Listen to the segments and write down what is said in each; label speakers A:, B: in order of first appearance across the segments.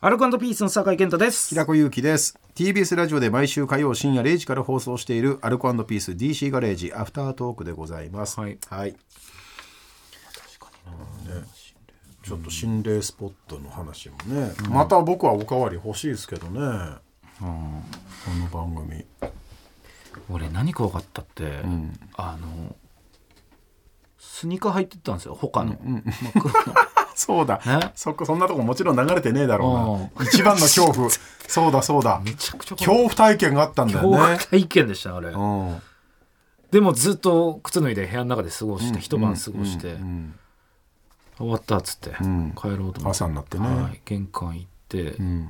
A: アルコピースの酒井健太です
B: 平子祐希です TBS ラジオで毎週火曜深夜0時から放送しているアルコピース DC ガレージアフタートークでございます
A: はい
B: はい、ねちょっと心霊スポットの話もね、また僕はおかわり欲しいですけどね、この番組
A: 俺何か分かったって、あのスニーカー履いてったんですよ他の、真 っ黒の
B: そうだ
A: え
B: そっかそんなとこもちろん流れてねえだろう
A: う
B: な一番の恐 怖そうだそうだ
A: めちゃくちゃ
B: 恐怖体験があったんだよね
A: 怖い意見でしたねあれ、
B: うん
A: でもずっと靴脱いで部屋の中で過ごして、一晩過ごして、
B: うん
A: 終わったっつって、
B: ん
A: 帰ろうと思って
B: 朝になってね、
A: はい、玄関行って、
B: うん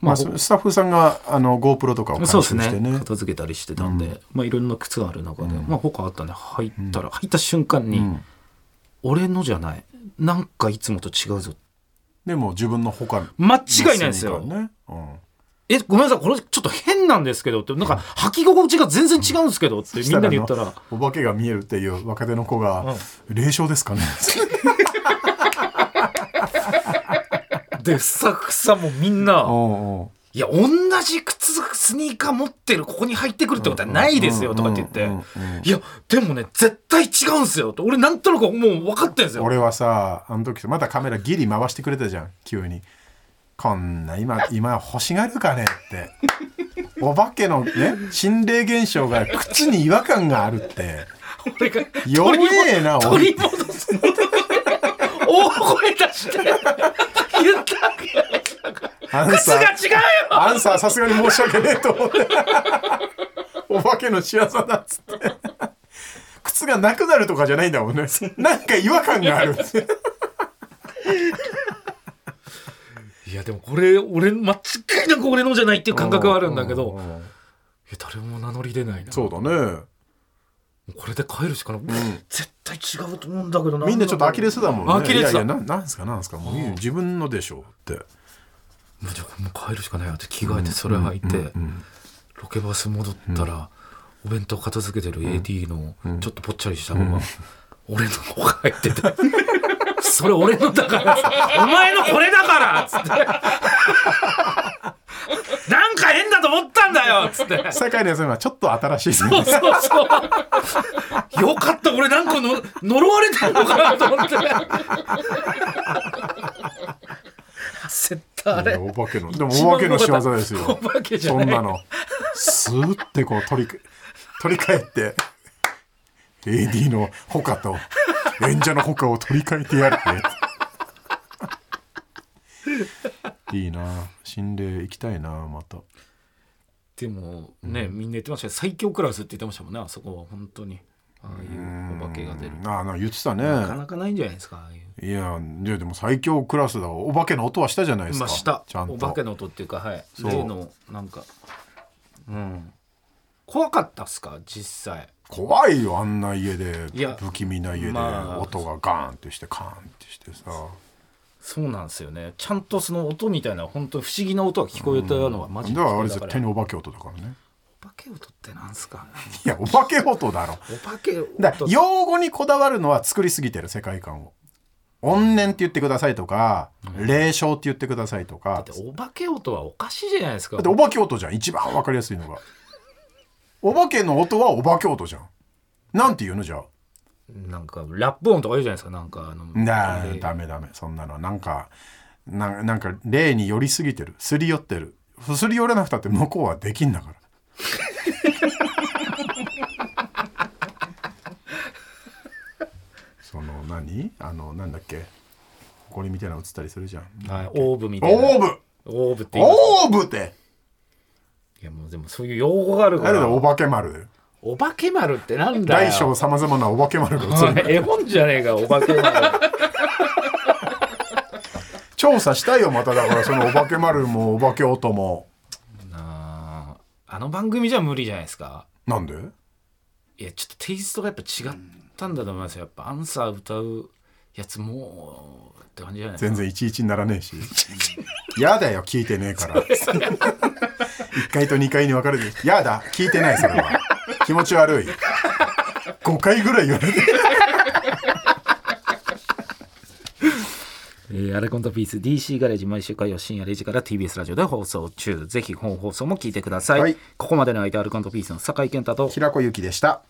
A: まあ
B: まあ、そスタッフさんがあの GoPro とかを回
A: そ
B: 収
A: うです
B: し
A: ね
B: てね
A: 片付けたりしてたんで、まあ、いろんな靴がある中で、まあ、他あったんで入ったら、入った瞬間に、
B: うん
A: 俺のじゃないなんかいつもと違うぞ
B: でも自分の他の
A: 間違いないですよ、
B: ねうん、
A: えごめんなさいこれちょっと変なんですけどってなんか履き心地が全然違うんですけどってみんなに言った
B: そ
A: ら
B: したあのお化けが見えるっていう若手の子が「霊障です かね」
A: でさくさもうみんな
B: おうおう
A: 「いや同じ靴スニーカー持ってるここに入ってくるってことはないですよ」とかって言って
B: うんうん
A: 「いやでもね絶対違うんですよ」って俺なんとなくもう分かってん ですよ
B: 俺はさあの時またカメラギリ回してくれたじゃん急に「こんな今今欲しがるかね」ってお化けのね心霊現象が靴に違和感があ るって
A: 俺が
B: 弱えなお
A: 取り
B: い
A: 戻すの大声出して 言ったわけ
B: アン
A: 靴
B: サ
A: が違
B: ー
A: うよ
B: アンサーさすがに申し訳ねえと思って。お化けの仕業だっつって。靴がなくなるとかじゃないんだもんね。なんか違和感があ る。
A: いやでもこれ俺間違いなく俺のじゃないって いう感覚はあるんだけど、
B: う
A: いや
B: んうんうん。
A: 誰も名乗り出ないな
B: そうだね。
A: これで帰るしかない、絶対違うと思うんだけどな
B: みんなちょっと呆れてたもんね。
A: 呆れてた
B: いやいや、ななんすかなんすか。もういいよ自分のでしょうって。
A: もうじゃあもう帰るしかないよって着替えてそれ履いて、ロケバス戻ったら、お弁当片付けてる AD のちょっとぽっちゃりした子が、俺の子が入っててそれ俺のだからっつってお前のこれだからっつ ってなんか変だと思ったんだよっつって
B: 酒井のやつはちょっと新しいです
A: そ
B: ね。
A: うそう。よかった、俺なんかの呪われたのかなと思って。焦った、あれ。
B: お化けの。でもお化けの仕業ですよ。
A: お化けじゃ
B: そ
A: ない。
B: んなの。スーってこう取り、取り替えて、AD のほかと、演者のほかを取り替えてやるって。いいな心霊行きたいなまた。
A: でもね、みんな言ってましたけど、最強クラスって言ってましたもんね、あそこは本当に。ああいうお化けが出る。
B: ああ、なんか言ってたね。
A: なかなかないんじゃないですか、ああいう。
B: いや、いやでも最強クラスだわお化けの音はしたじゃないですか。
A: まあ、下
B: ちゃんと。
A: お化けの音っていうかはい
B: う
A: 例のなんかうん怖かったっすか実際
B: 怖いよ、あんな家で
A: いや、
B: 不気味な家で、
A: まあ
B: 音がガーンってして、カーンってしてさ。
A: そうなんですよねちゃんとその音みたいな本当不思議な音が聞こえたのはマジ
B: だ
A: で
B: からあれ
A: だ
B: 絶
A: から
B: 対にお化け音だからね。
A: お化け音ってなんすか
B: いや、お化け音だろ。
A: お化け音
B: だから用語にこだわるのは作りすぎてる世界観を。怨念って言ってくださいとか、霊障って言ってくださいとか。だ
A: お化け音はおかしいじゃないですか
B: ってお化け音じゃん、一番わかりやすいのが。お化けの音はお化け音じゃん。なんて言うのじゃあ。
A: なんかラップ音とか言うじゃないですかなんかあの
B: なあ
A: あれ
B: ダメダメそんなのなんかななんか霊に寄りすぎてるすり寄ってるすり寄れなくたって向こうはでき んだからその何あのなんだっけこれみたいなの映ったりするじゃん
A: はいオーブみたいな
B: オーブ
A: オーブって言います
B: オーブって
A: いやもうでもそういう用語があるか
B: あれだ
A: ら
B: お化け丸だよ
A: お化け丸ってなんだよ
B: 大小さまざまなお化け丸が映
A: お
B: る
A: い絵本じゃねえかお化け丸
B: 調査したいよまただからそのお化け丸もお化け音も
A: なああの番組じゃ無理じゃないですか
B: なんで
A: いやちょっとテイストがやっぱ違ったんだと思いますよやっぱアンサー歌うやつもうって感じじゃないです
B: 全
A: か
B: 然いちいちにならねえしやだよ聞いてねえから1回と2回に分かれてやだ聞いてないそれは気持ち悪い5回ぐらい言われて
A: いえーアラコンドピース DC ガレージ毎週火曜深夜0時から TBS ラジオで放送中ぜひ本放送も聞いてください、
B: はい
A: ここまでの相手アルコンドピースの酒井健太と
B: 平子ゆきでした